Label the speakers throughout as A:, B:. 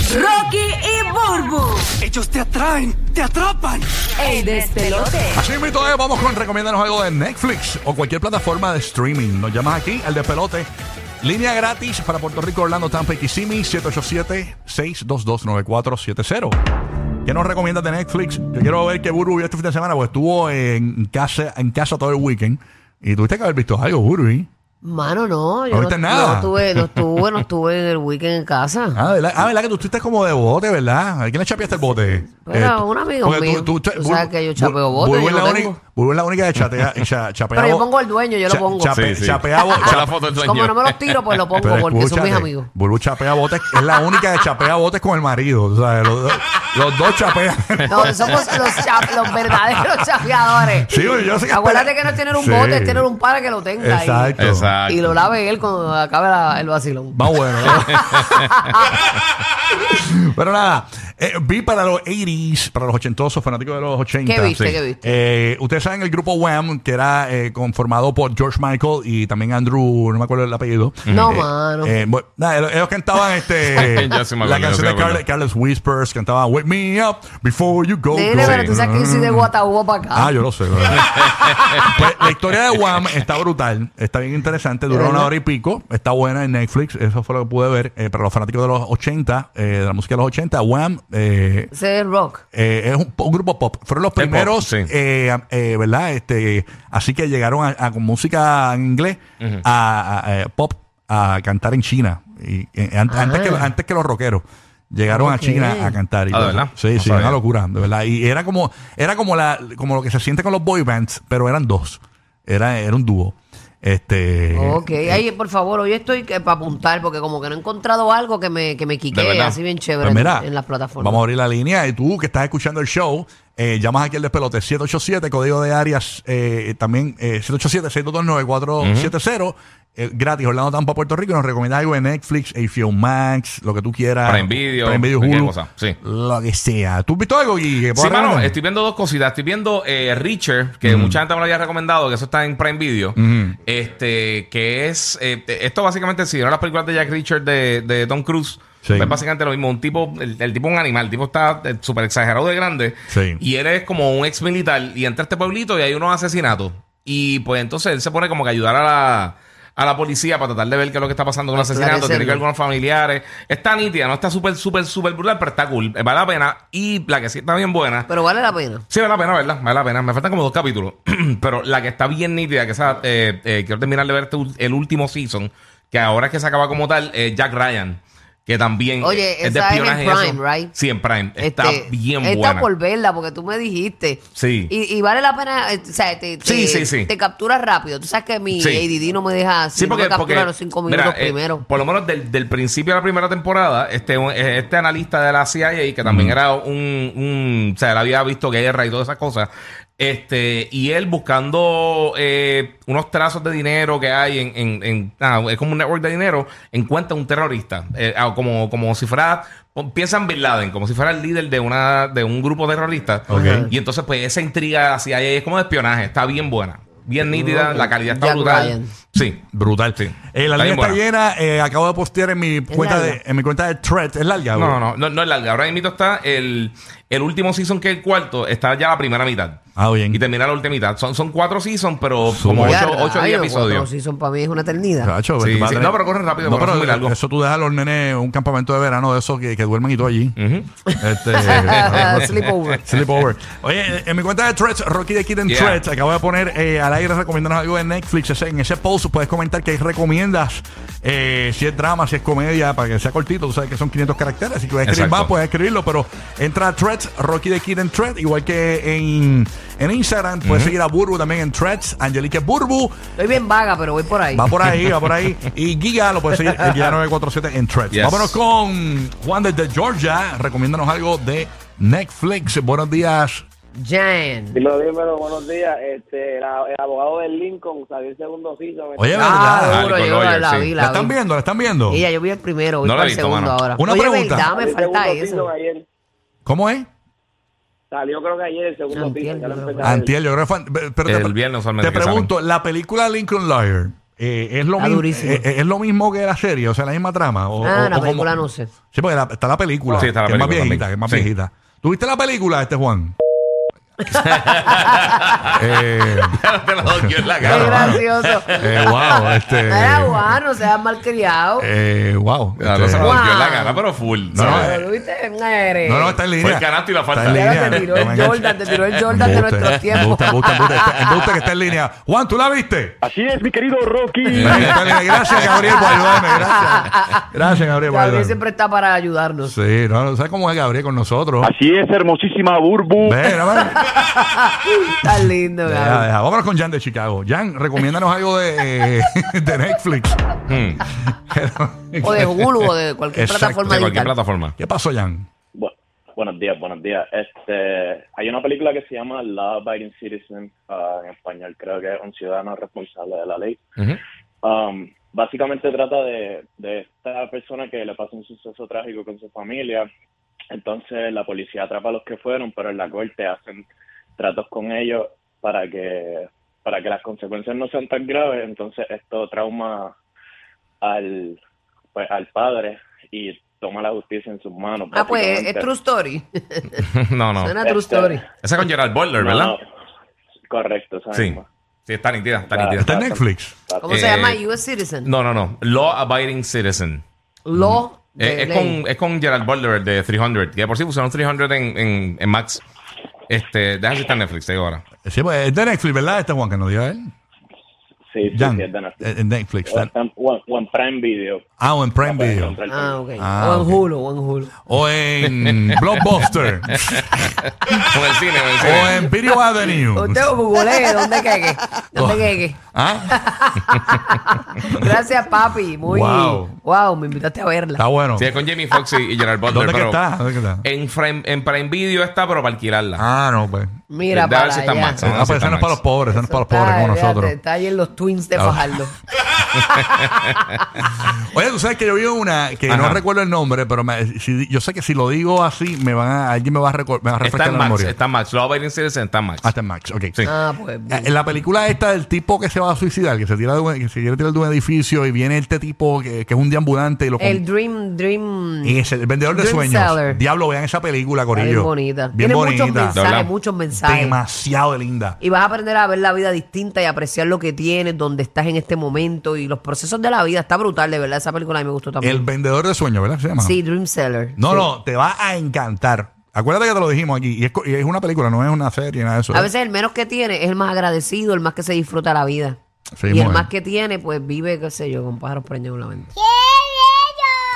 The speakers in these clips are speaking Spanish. A: Rocky y Burbu.
B: Ellos te atraen, te atrapan.
A: El despelote.
C: Así mismo, eh, vamos con recomiéndanos algo de Netflix o cualquier plataforma de streaming. Nos llamas aquí, el despelote. Línea gratis para Puerto Rico, Orlando, Tampa y Kissimmee, 787-622-9470. ¿Qué nos recomiendas de Netflix? Yo quiero ver que Burbu vio este fin de semana, porque estuvo en casa, en casa todo el weekend. Y tuviste que haber visto algo, Burbu.
D: Mano, no, yo
C: ¿No viste nada?
D: no estuve, no estuve, no estuve en el weekend en casa.
C: Ah, ¿verdad? Ah, ¿verdad? Que tú estuviste como de bote, ¿verdad? ¿A quién le chapeaste el bote?
D: Era
C: tú-
D: un amigo
C: porque
D: mío. Tú sabes que yo chapeo bote,
C: Burbu
D: yo
C: es
D: no
C: la
D: tengo.
C: única- Burbu es la única de chatea, cha- chapea
D: Pero yo
C: bo-
D: pongo el dueño, yo lo
C: cha-
D: pongo. Ah,
C: chape-
E: Sí, sí.
C: Chapea bo-
E: Echa la foto del dueño.
D: Como no me los tiro, pues lo pongo
C: Pero
D: porque son mis
C: escúchate,
D: amigos.
C: Burbu chapea botes, es la única de chapea botes con el marido. O sea, los, dos- los dos chapean.
D: No, somos los, chap- los verdaderos chapeadores.
C: Sí, yo- yo sé que-
D: Acuérdate que no es tener un
C: Sí.
D: bote, es tener un padre que lo tenga. ahí.
C: Exacto.
D: Y,
E: Exacto.
D: lo lave él cuando acabe la- el vacilón.
C: Más bueno. ¿no? Pero nada, eh, vi para los 80s, para los ochentosos, fanáticos de los 80.
D: ¿Qué viste? ¿Qué viste?
C: Eh, Ustedes saben el grupo Wham, que era eh, conformado por George Michael y también Andrew, no me acuerdo el apellido.
D: No,
C: Eh,
D: mano.
C: eh, bueno, nada, ellos, ellos cantaban este,
E: Ya se me
C: la canción
E: acuerdo, ya
C: de
E: se me acuerdo.
C: Carl- Carlos Whispers, cantaba Wake Me Up Before You Go.
D: Dile,
C: Go".
D: pero tú sabes que yo soy de Guatahubo para acá.
C: Mm. Ah, yo lo sé. ¿verdad? Pues, la historia de Wham está brutal, está bien interesante, dura una hora y pico, está buena en Netflix, eso fue lo que pude ver. eh, para los fanáticos de los 80, eh, de la música de los 80, Wham eh,
D: Ese es rock.
C: eh, es un, un grupo pop. Fueron los
E: pop,
C: primeros,
E: sí.
C: eh, eh, ¿verdad? Este, así que llegaron a, a- con música en inglés, a, a- a pop, a cantar en China. Y, eh, an- antes, que, antes que los rockeros. Llegaron
D: Ah.
C: a
D: Ok.
C: China a cantar. Y
E: Ah,
C: todo
E: ¿de verdad?
C: eso. Sí,
E: No
C: sí,
E: sabía.
C: una locura, de verdad. Y era como, era como la, como lo que se siente con los boy bands, pero eran dos. Era, era un dúo. Este.
D: Ok, ahí por favor, hoy estoy para apuntar porque como que no he encontrado algo que me, que me
E: De
D: quique
E: verdad.
D: así bien chévere
C: Pues mira,
D: en, en las plataformas.
C: Vamos a abrir la línea. Y tú que estás escuchando el show, eh, llamas aquí al despelote 787, código de áreas eh, también eh, 787-622-9470. eh, gratis, Orlando Tampa, Puerto Rico. Y Nos recomiendas algo en Netflix, HBO Max, lo que tú quieras.
E: Prime Video,
C: Prime Video,
E: cualquier
C: Hulu,
E: cosa, sí.
C: Lo que sea. ¿Tú has visto algo, Gui? que
E: Sí,
C: puedas
E: mano,
C: regalar?
E: estoy viendo dos cositas. Estoy viendo eh, Richard, que mucha gente me lo había recomendado, que eso está en Prime Video. Este, que es. eh, esto básicamente, si vieron las películas de Jack Richard de, de Tom Cruise,
C: Sí.
E: es básicamente lo mismo. Un tipo, el, el tipo es un animal, el tipo está eh, súper exagerado de grande.
C: Sí.
E: Y él es como un ex militar. Y entra a este pueblito y hay unos asesinatos. Y pues entonces él se pone como que a ayudar a la. A la policía para tratar de ver qué es lo que está pasando con los asesinatos. Tiene que ver
D: Esclarecerlo.
E: con los familiares. Está nítida, no está súper, súper, súper brutal, pero está cool. Vale la pena. Y la que sí está bien buena.
D: Pero vale la pena.
E: Sí, vale la pena, ¿verdad? Vale la pena. Me faltan como dos capítulos. Pero la que está bien nítida, que esa, eh, eh, quiero terminar de ver este ul- el último season, que ahora es que se acaba como tal, eh, Jack Ryan, que también
D: Oye,
E: eh,
D: esa es en
E: y eso.
D: Prime, right?
E: Sí, en Prime. Está
D: Este,
E: bien
D: esta
E: buena.
D: por verla, porque tú me dijiste.
E: Sí.
D: Y, y vale la pena, eh, o sea, te, te,
E: Sí, sí, sí.
D: te capturas rápido. Tú sabes que mi
E: Sí.
D: ADD no me deja así,
E: Sí, porque,
D: no me captura
E: porque-
D: los cinco
E: mira,
D: minutos
E: eh,
D: primero.
E: por lo menos del, del principio de la primera temporada, este, un- eh, este analista de la CIA, que también era un, un- O sea, él había visto guerra y todas esas cosas. Este, y él buscando eh, unos trazos de dinero que hay en. en- en- nada, es como un network de dinero, encuentra un terrorista. eh, ah, como, como si fuera. Piensa en Bin Laden, como si fuera el líder de una de un grupo terrorista.
C: Ok.
E: Y entonces, pues, esa intriga hacia CIA es como de espionaje. Está bien buena. Bien nítida, la calidad está
D: Jack
E: brutal.
D: Ryan.
E: Sí.
C: Brutal.
E: Sí.
C: Eh, la línea
E: Está bien
C: está
E: buena.
C: llena. eh, acabo de postear en mi cuenta
D: larga.
C: de, en mi cuenta de thread. Es larga,
E: No,
C: bro?
E: no, no, no, no es larga. Ahora mismo está el, el último season que es el cuarto, está ya la primera mitad.
C: Ah, bien.
E: Y termina la última mitad. Son, son cuatro seasons, pero como
C: Ya,
E: ocho, ocho o diez episodios.
D: Si son para mí es una eternidad.
C: Chacho,
E: Sí,
C: va a
E: sí. No, pero corre rápido,
C: No, pero
E: porque es muy largo.
C: eso tú dejas a los nenes un campamento de verano de esos que, que duermen y todo allí. Este,
D: Sleepover.
C: Sleepover. Oye, en mi cuenta de Threads, Rocky de Kid en
E: Yeah.
C: Threads, acabo de poner eh, al aire recomendarnos algo de Netflix. Ese- en ese post puedes comentar que recomiendas, eh, si es drama, si es comedia, para que sea cortito. Tú sabes que son 500 caracteres. Si quieres escribir
E: Exacto.
C: más, puedes escribirlo. Pero entra a Threads, Rocky de Kid en Threads, igual que en, en Instagram. Puedes seguir a Burbu también en Threads, Angelique Burbu.
D: Estoy bien vaga, pero voy por ahí.
C: Va por ahí, va por ahí. Y Giga lo puede seguir en Giga 947 en Threads.
E: Yes.
C: Vámonos con Juan desde Georgia. Recomiéndanos algo de Netflix. Buenos días.
D: Jan.
F: Dímelo, dímelo, buenos días. Este, la- el abogado del Lincoln salió el segundo season.
C: Oye,
D: Ah,
C: ¿verdad?
D: duro,
E: Alcohol
D: yo la,
E: Lawyer,
D: la
E: sí.
D: vi, la
C: ¿La están
D: vi.
C: viendo? ¿La están viendo?
D: Ella, yo vi el primero, voy
E: No la
D: para
E: he
D: el
E: visto,
D: segundo
E: mano.
D: ahora.
C: Una
D: Oye,
C: pregunta.
D: verdad, me
F: Salió
D: falta
F: el segundo
D: eso.
F: season ayer.
C: ¿Cómo es?
F: Salió creo que ayer el segundo
D: Antier,
F: season. Ya
C: Ah,
D: yo
F: lo
D: creo.
F: empecé a ver.
C: Antiel, yo creo que fue- pero te-
E: El viernes usualmente
C: Te
E: que
C: pregunto, la película Lincoln Lawyer, eh, es, lo
D: Está
C: mismo,
D: durísimo.
C: eh, eh, es lo mismo que la serie, o sea, la misma trama. O,
D: Ah,
C: o-
D: la
C: o como-
D: película no sé.
C: Sí, porque la- está la película.
E: Sí, está la
C: que
E: película
C: es más viejita,
E: también.
C: que es más
E: Sí.
C: viejita. ¿Tuviste la película, este Juan? eh,
E: Te lo doy yo en la
D: Qué
E: cara.
C: Claro.
D: gracioso.
C: eh, wow, este.
D: Era Juan, no seas malcriado.
C: eh, wow.
E: Claro,
C: este,
E: se lo
D: Wow.
E: doy yo en la cara, pero full.
C: No,
E: ¿sabes?
D: Pero, ¿viste? Eres-
C: no, no, está en línea.
E: Fue el canasto y la falta.
C: Está en
D: Ya
C: línea. Oh No
D: te tiró
C: me
D: el
C: enganches.
D: Jordan, te tiró el Jordan de
C: Embuste,
D: nuestros tiempos.
C: embuste, embuste, embuste. Está- embuste que está en línea. Juan, ¿tú la viste? Eh,
F: Así es, mi querido Rocky.
C: Está en línea. Gracias, Gabriel, por ayudarme. Gracias. Gracias, Gabriel, por
D: Gabriel
C: ayudarme.
D: siempre está para ayudarnos.
C: Sí, no, no, ¿sabes cómo es Gabriel con nosotros?
F: Así es, hermosísima Burbu.
C: Oh. Ve, mira, mira.
D: Está lindo,
C: Deja,
D: Gabriel.
C: deja. Vámonos con Jan de Chicago. Jan, recomiéndanos algo de, eh, de Netflix.
E: Mm,
D: O de Hulu o de cualquier
C: Exacto,
D: plataforma
E: De cualquier
D: digital.
E: plataforma.
C: ¿Qué pasó, Jan?
F: Bu- buenos días, buenos días. Este, hay una película que se llama Law Abiding Citizen, ah, en español creo que es un ciudadano responsable de la ley.
E: Ujú.
F: Um, básicamente trata de, de esta persona que le pasa un suceso trágico con su familia. Entonces la policía atrapa a los que fueron, pero en la corte hacen tratos con ellos para que para que las consecuencias no sean tan graves. Entonces esto trauma al pues, al padre y toma la justicia en sus manos.
D: Ah, pues es
F: básicamente.
D: true story.
C: Ah.
E: No, no.
D: Suena true
F: Este,
D: story.
E: Esa con Gerald Butler,
F: No,
E: ¿verdad?
F: no. Correcto, esa
E: Sí.
F: misma.
E: Sí, está nítida, está
F: Claro.
E: nítida.
C: Está en Netflix.
D: ¿Cómo
E: Eh,
D: se llama? US Citizen.
E: No, no, no. Law Abiding Citizen.
D: Law.
E: Eh,
D: de
E: es,
D: ley.
E: con, es con Gerald Butler el de 300, que por si pusieron 300 en, en, en Max. Este, deja si está en Netflix, te digo ahora.
C: Sí, pues, es de Netflix, ¿verdad? Este Juan que nos dio él.
F: Sí, sí,
C: Jan. eh,
F: sí, es de Netflix.
C: En Netflix.
F: O está en One, One Prime Video. pues,
C: Ah, o en Prime
F: Puedes
C: Video.
F: encontrar
D: Ah, ok.
C: Ah,
D: o en
C: ok.
D: Hulu, o en Hulu.
C: O en Blockbuster.
E: Con el cine, con el
C: o
E: cine.
C: en Video Avenue. Oh.
D: Usted googleé, ¿dónde quegue? ¿Dónde quegue?
C: ¿Ah?
D: Gracias, papi. Muy.
C: Wow.
D: Wow. me invitaste a verla.
C: Está bueno.
E: Sí, es con Jamie Foxx y y Gerald Butler.
C: ¿Dónde que
E: pero
C: está? ¿Dónde que está?
E: En, Prime- en Prime Video está, pero para alquilarla.
C: Ah, no, pues.
D: Mira,
E: Debe
D: para
E: haber si está en
D: allá.
E: Max,
C: Ah,
E: no,
C: pues
E: sí
C: ese
E: está
C: no es para los
E: Max.
C: pobres, ese no es para los pobres
D: Ay,
C: como
D: fíjate,
C: nosotros.
D: Está ahí en los twins de
C: Ah.
D: Fajardo.
C: Oye, tú sabes que yo vi una que no
E: Ajá.
C: recuerdo el nombre, pero me- si- yo sé que si lo digo así, me van a, alguien me va a, recor- me va a
E: Está
C: refrescar
E: en
C: la
E: Max,
C: memoria.
E: está en Max. Law Abiding Citizen está en Max.
C: Hasta en Max, ok.
E: Sí.
D: Ah, pues.
C: Eh, En la película esta del tipo que se va a suicidar, que se tira de un, que se quiere tirar de un edificio y viene este tipo que, que es un deambulante y lo
D: El
C: con-
D: Dream, Dream.
C: y es el vendedor de
D: Dream
C: sueños.
D: Mm. Seller.
C: Diablo, vean esa película,
D: Está
C: Corillo.
D: bien bonita.
C: Bien
D: Tiene muchos
C: bonita.
E: De verdad.
D: mensajes, muchos mensajes.
C: Demasiado de linda.
D: Y vas a aprender a ver la vida distinta y apreciar lo que tienes, donde estás en este momento y los procesos de la vida. Está brutal, de verdad. Esa película a mí me gustó
C: El
D: también.
C: vendedor de sueños, ¿verdad? que Se llama.
D: Sí, Dream Seller.
C: No,
D: Sí.
C: no, te va a encantar. Acuérdate que te lo dijimos aquí. Y es, co- y es una película, no es una serie, nada de eso.
D: A veces el menos que tiene es el más agradecido, el más que se disfruta la vida.
C: Sí,
D: y el
C: mujer.
D: más que tiene, pues vive, qué sé yo, con pájaros preñados en la mente.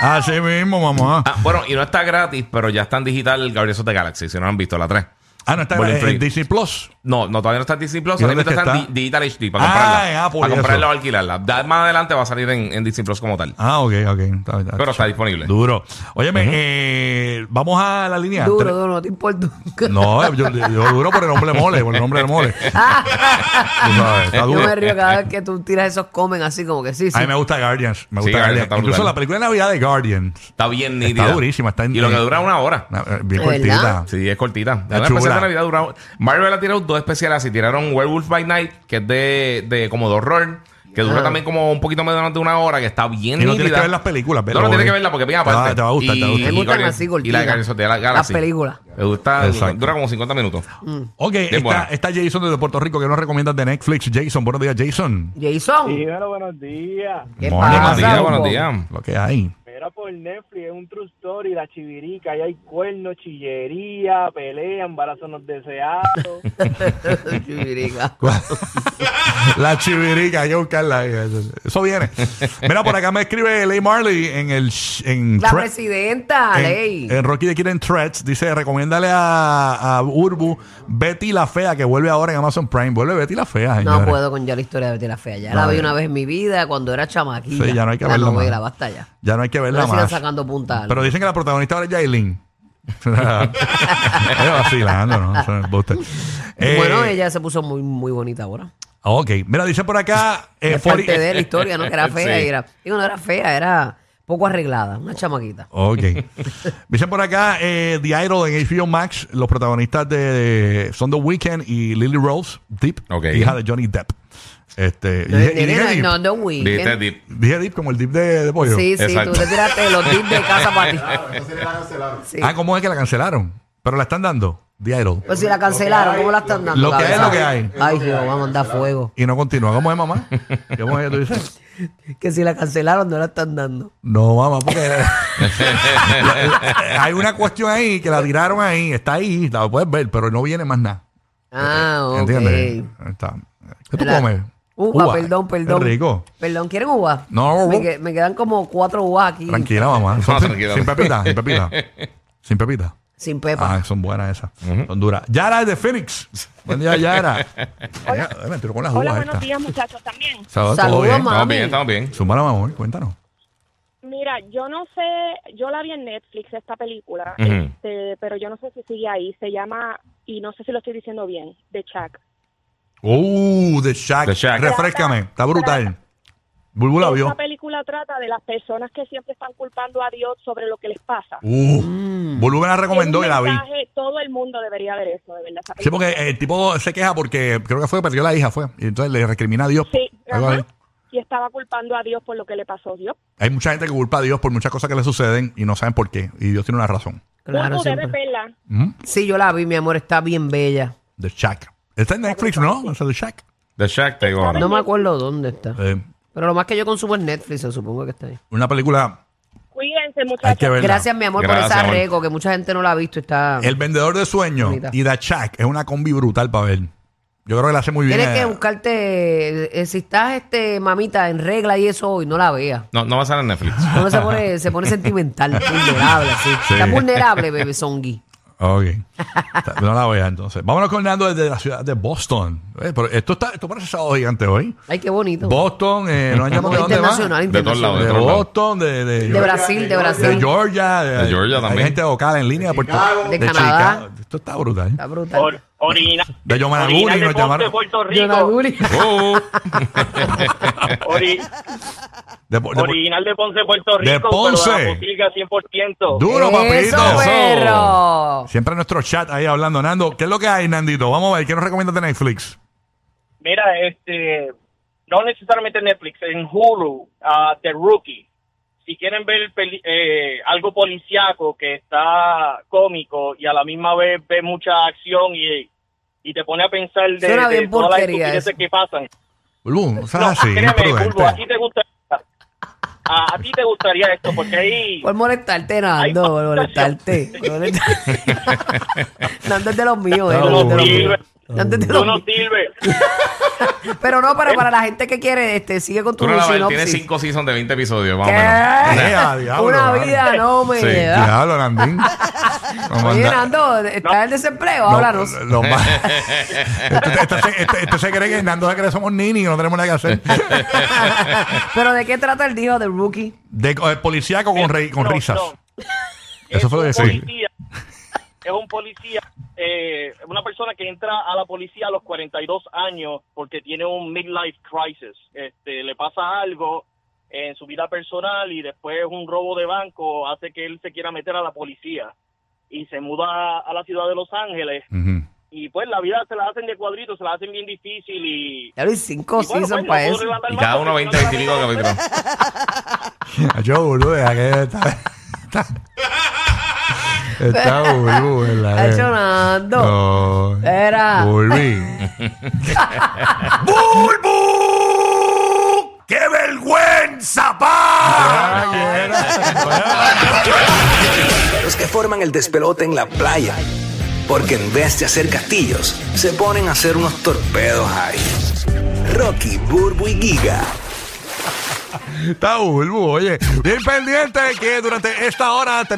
C: Así mismo, mamá.
E: Ah, bueno, y no está gratis, pero ya está en digital Gabriel Soto de Galaxy, si no lo han visto, la 3.
C: Ah, no, está
E: Bowling
C: en,
E: Free.
C: en Disney Plus.
E: No, no, todavía no está en Disney Plus,
C: ¿Y dónde
E: solamente
C: es que
E: está, en
C: está?
E: Di- Digital HD para
C: Ah,
E: comprarla.
C: en Apple,
E: para
C: eso.
E: comprarla o alquilarla. Da- Más adelante va a salir en, en Disney Plus como tal.
C: Ah, ok, ok. Está- está-
E: Pero está disponible.
C: Duro. Óyeme, eh, vamos a la línea.
D: Duro,
C: Tre-
D: duro, no te importa.
C: No, yo, yo duro por el hombre mole, por el hombre mole. Tú sabes, está
D: yo
C: duro.
D: me río cada vez que tú tiras esos comen así como que sí, sí.
C: A mí me gusta Guardians. Me
E: Sí,
C: gusta
E: Guardians
C: Guardians.
E: está brutal.
C: Incluso la película de Navidad de Guardians.
E: Está bien nítida.
C: Está durísima. Está en-
E: Y lo que dura una hora.
C: Una- eh, Bien
D: ¿De verdad?
C: cortita.
E: Sí, es cortita.
C: La
E: La especial
C: chula.
E: de Navidad dura. Marvel ha tirado dos especiales. Y tiraron Werewolf by Night, que es de, de como de horror, que dura
D: Ah.
E: también como un poquito menos de una hora, que está bien
C: Y no
E: nítida.
C: tienes que ver las películas,
E: No,
C: verlo,
E: no tienes
C: eh.
E: que verla porque bien
C: Te va-
E: aparte.
C: te va a gustar, te va a
E: Y-
C: gustar.
D: Me gustan
E: y-
D: así,
E: Y la de
D: cortitas.
E: Guardians of the
D: Las
E: Galaxy.
D: películas.
E: Me gusta.
C: Exacto.
E: Dura como 50 minutos.
C: Ok,
E: buena.
C: está, está Jason desde Puerto Rico que nos recomiendas de Netflix. Jason, buenos días, Jason.
D: Jason,
F: Dígalo, buenos días.
D: ¿qué
C: Morning,
D: pasa?
E: Buenos días,
D: Hugo?
E: buenos días.
C: Lo que hay.
F: Mira por Netflix, es un true story, la chivirica, ahí hay cuernos, chillería, pelea, embarazos no deseados.
D: Chivirica.
C: la chivirica, hay que buscarla. ahí. Eso viene. Mira, por acá me escribe Leigh Marley en el. sh- En
D: La
C: Thre-
D: presidenta, ley.
C: en, en Rocky de Kid en Threads dice: Recomiéndale a, a Urbu Betty la Fea que vuelve ahora en Amazon Prime. Vuelve Betty la Fea.
D: no
C: señores.
D: puedo con ya la historia de Betty la Fea. Ya
C: No,
D: la vi
C: ya.
D: una vez en mi vida cuando era chamaquilla.
C: Sí, ya no hay que
D: la
C: verla más.
D: novela, basta ya.
C: Ya no hay que verla
D: No le sigan
C: más.
D: sacando punta a algo.
C: Pero dicen que la protagonista ahora es Yailin. Estoy vacilando, ¿no? Eso es embuste. Eh,
D: bueno, ella se puso muy, muy bonita ahora.
C: Ok, mira, dice por acá. eh,
D: es parte
C: 40
D: de la historia, ¿no? Que era fea
E: Sí.
D: y era... Digo, no era fea, era poco arreglada, una chamaquita.
C: Ok. Dicen por acá eh, The Idol en HBO Max. Los protagonistas de, son The Weeknd y Lily Rose, Deep,
E: Ok.
C: hija de Johnny Depp. Este, y
D: No,
C: dije, y dije
D: nena,
C: deep.
D: no, no, weekend.
E: Dijiste deep.
C: Dije deep como el dip de, de pollo.
D: Sí, sí,
E: Exacto.
D: tú te tiraste los tips de casa para ti. Sí.
C: Ah, ¿cómo es que la cancelaron? Pero la están dando. The Idol.
D: Pues si la cancelaron, ¿cómo la están dando?
C: Lo que hay es lo que
D: cabeza?
C: hay.
D: Ay, Dios, vamos a mandar fuego.
C: Y no continúa. ¿Cómo es, mamá? ¿Cómo es que tú dices?
D: Que si la cancelaron, no la están dando.
C: No, mamá, porque hay una cuestión ahí que la tiraron ahí, está ahí, la puedes ver, pero no viene más nada.
D: Ah, ok.
C: ¿Entiendes? Ahí está. ¿Qué tú
D: La-
C: comes?
D: Uva,
C: Uva.
D: perdón, perdón.
C: Es rico.
D: Perdón, ¿quieren uva?
C: No,
D: me,
C: uva.
D: que- me quedan como cuatro uvas aquí.
C: Tranquila, mamá. Son
E: No,
C: sin,
E: tranquila.
C: sin pepita, sin pepita. Sin pepita.
D: Sin pepa.
C: Ah, son buenas esas. Son duras. Yara es de Phoenix. Buen día, Yara. Hola. Me tiró con las
G: Hola,
C: uvas
G: buenos
C: estas.
G: días muchachos también.
C: Saludos,
D: Saludos,
C: todo bien.
D: mamá.
E: Estamos
D: Mami.
E: bien, estamos bien.
C: Súmala, mamá, cuéntanos.
G: Mira, yo no sé, yo la vi en Netflix esta película,
E: Ujú.
G: este, pero yo no sé si sigue ahí. Se llama, y no sé si lo estoy diciendo bien, The Shack.
C: Uh, The Shack.
E: The Shack.
C: Refrescame. Está brutal. Bulbu la vio.
G: Esta película trata de las personas que siempre están culpando a Dios sobre lo que les pasa.
C: Uh, Bulbu me la recomendó
G: Es
C: y
G: un
C: la vi.
G: mensaje, Todo el mundo debería ver eso, de verdad. esa
C: Sí,
G: película.
C: porque el tipo se queja porque creo que fue, perdió la hija, fue. Y entonces le recrimina a Dios.
G: Sí,
C: Algo
G: ajá.
C: así.
G: Y estaba culpando a Dios por lo que le pasó a Dios.
C: Hay mucha gente que culpa a Dios por muchas cosas que le suceden y no saben por qué. Y Dios tiene una razón.
D: claro,
G: Bulbu, debe
D: siempre.
G: verla.
C: Ujú.
D: Sí, yo la vi, mi amor, está bien bella.
C: The Shack. Está en Netflix, ¿no? Esa es The Shack.
E: The Shack te digo ahora.
D: No me acuerdo dónde está.
C: Eh,
D: Pero lo más que yo consumo es Netflix, se supongo que está ahí.
C: una película
G: Cuídense,
C: hay
G: muchachos.
C: que verla.
D: Gracias, mi amor,
E: Gracias,
D: por esa
E: amor.
D: reco, que mucha gente no la ha visto. y Está...
C: El vendedor de sueños
D: Bonita.
C: y The Shack es una combi brutal para ver. Yo creo que la hace muy bien.
D: Tienes que
C: eh,
D: buscarte, eh, si estás este mamita en regla y eso hoy, no la veas.
E: No, no va a salir en Netflix.
D: Uno se pone, se pone sentimental, vulnerable, así.
C: Sí.
D: Está vulnerable, bebé Songi.
C: Ok. Está- no la veas entonces. Vámonos con Nando desde la ciudad de Boston. Eh, pero esto, está, esto parece sábado gigante hoy.
D: Ay, qué bonito.
C: Boston, eh, nos han llamado de
D: Vamos
C: dónde va.
D: internacional,
E: De todos lados,
C: De
E: de
D: internacional.
E: todos lados.
C: Boston, de, de,
D: De Brasil, de
C: de
D: Brasil.
C: Georgia.
E: De Georgia
C: hay
E: también.
C: gente vocal en línea. De, Puerto-
D: De Canadá.
C: Chicago. Esto está brutal. ¿eh?
D: Está
H: Or,
D: brutal.
H: orina,
C: De Yomanaguri
H: orina
C: nos
H: de Ponce,
C: llamaron.
H: Puerto Rico.
D: Yonaguri.
E: Oh.
H: Ori-
C: De, de-
H: original de Ponce, Puerto
C: De
H: Rico.
C: Ponce.
H: Pero de la posilga 100%.
C: Duro, papito.
D: ¡Eso, pues. perro!
C: Siempre en nuestro chat ahí hablando, Nando. ¿Qué es lo que hay, Nandito? Vamos a ver, ¿qué nos recomiendas de Netflix?
H: Mira, este, no necesariamente Netflix, en Hulu, ah, The Rookie. Si quieren ver peli- eh, algo policiaco que está cómico y a la misma vez ve mucha acción y, y te pone a pensar de,
D: Suena
H: de
D: bien
H: todas las
D: porquería
H: estupideces
D: eso.
H: que pasan.
C: Bulbú, no seas
H: No,
C: así,
H: créeme, Bulbo, a ti
C: imprudente.
H: te gustaría, a, a ti te gustaría esto, porque ahí...
D: Por molestarte, Nando,
H: Ay,
D: por molestarte. Por molestarte. Nando es de los míos, eh,
C: Está
D: Nando es de los
H: aburrido.
D: míos. Nando es de
H: Tú
D: los
H: no
D: míos.
H: sirves.
D: Pero no, pero para la gente que quiere, este, sigue con tu
E: Tú no la ves, tiene
D: sinopsis.
E: cinco seasons de 20 episodios, más o
D: ¿Qué?
E: menos.
C: Ya, diablo,
D: Una
C: vale.
D: vida no me
E: Sí,
D: da.
C: Diablo, Nandín. Vamos a
D: Oye,
C: andar-
D: Nando, ¿está el desempleo?
C: No,
D: Háblanos.
C: lo más- este, este se- este- este se cree que Nando se cree que somos nini y no tenemos nada que hacer.
D: Pero ¿de qué trata el hijo del rookie?
C: De, eh, policíaco con, rey- con
H: No,
C: risas.
H: no.
C: Eso fue lo que
H: es un
C: sí.
H: policía, es un policía, eh, una persona que entra a la policía a los 42 años porque tiene un midlife crisis. Este, le pasa algo en su vida personal y después un robo de banco hace que él se quiera meter a la policía y se muda a la ciudad de Los Ángeles
C: Ujú.
H: y pues la vida se la hacen de cuadritos, se la hacen bien difícil y...
D: Ya lo hay cinco
H: y bueno,
D: seasons
H: pues, no
D: para
H: puedo
D: eso.
H: relatar
E: Y
H: más
E: cada uno
H: porque
E: 20, 25 capítulos.
C: Yo, boludo, deja que está. Está, está boludo, ¿verdad?
D: Está chonando.
C: No.
D: Era.
C: Volví. ¡Bulbu! ¡Qué vergüenza, pa!
I: Los que forman el despelote en la playa. Porque en vez de hacer castillos, se ponen a hacer unos torpedos ahí. Rocky, Burbu y Giga.
C: Está Bulbu, oye. Bien pendiente que durante esta hora tenemos.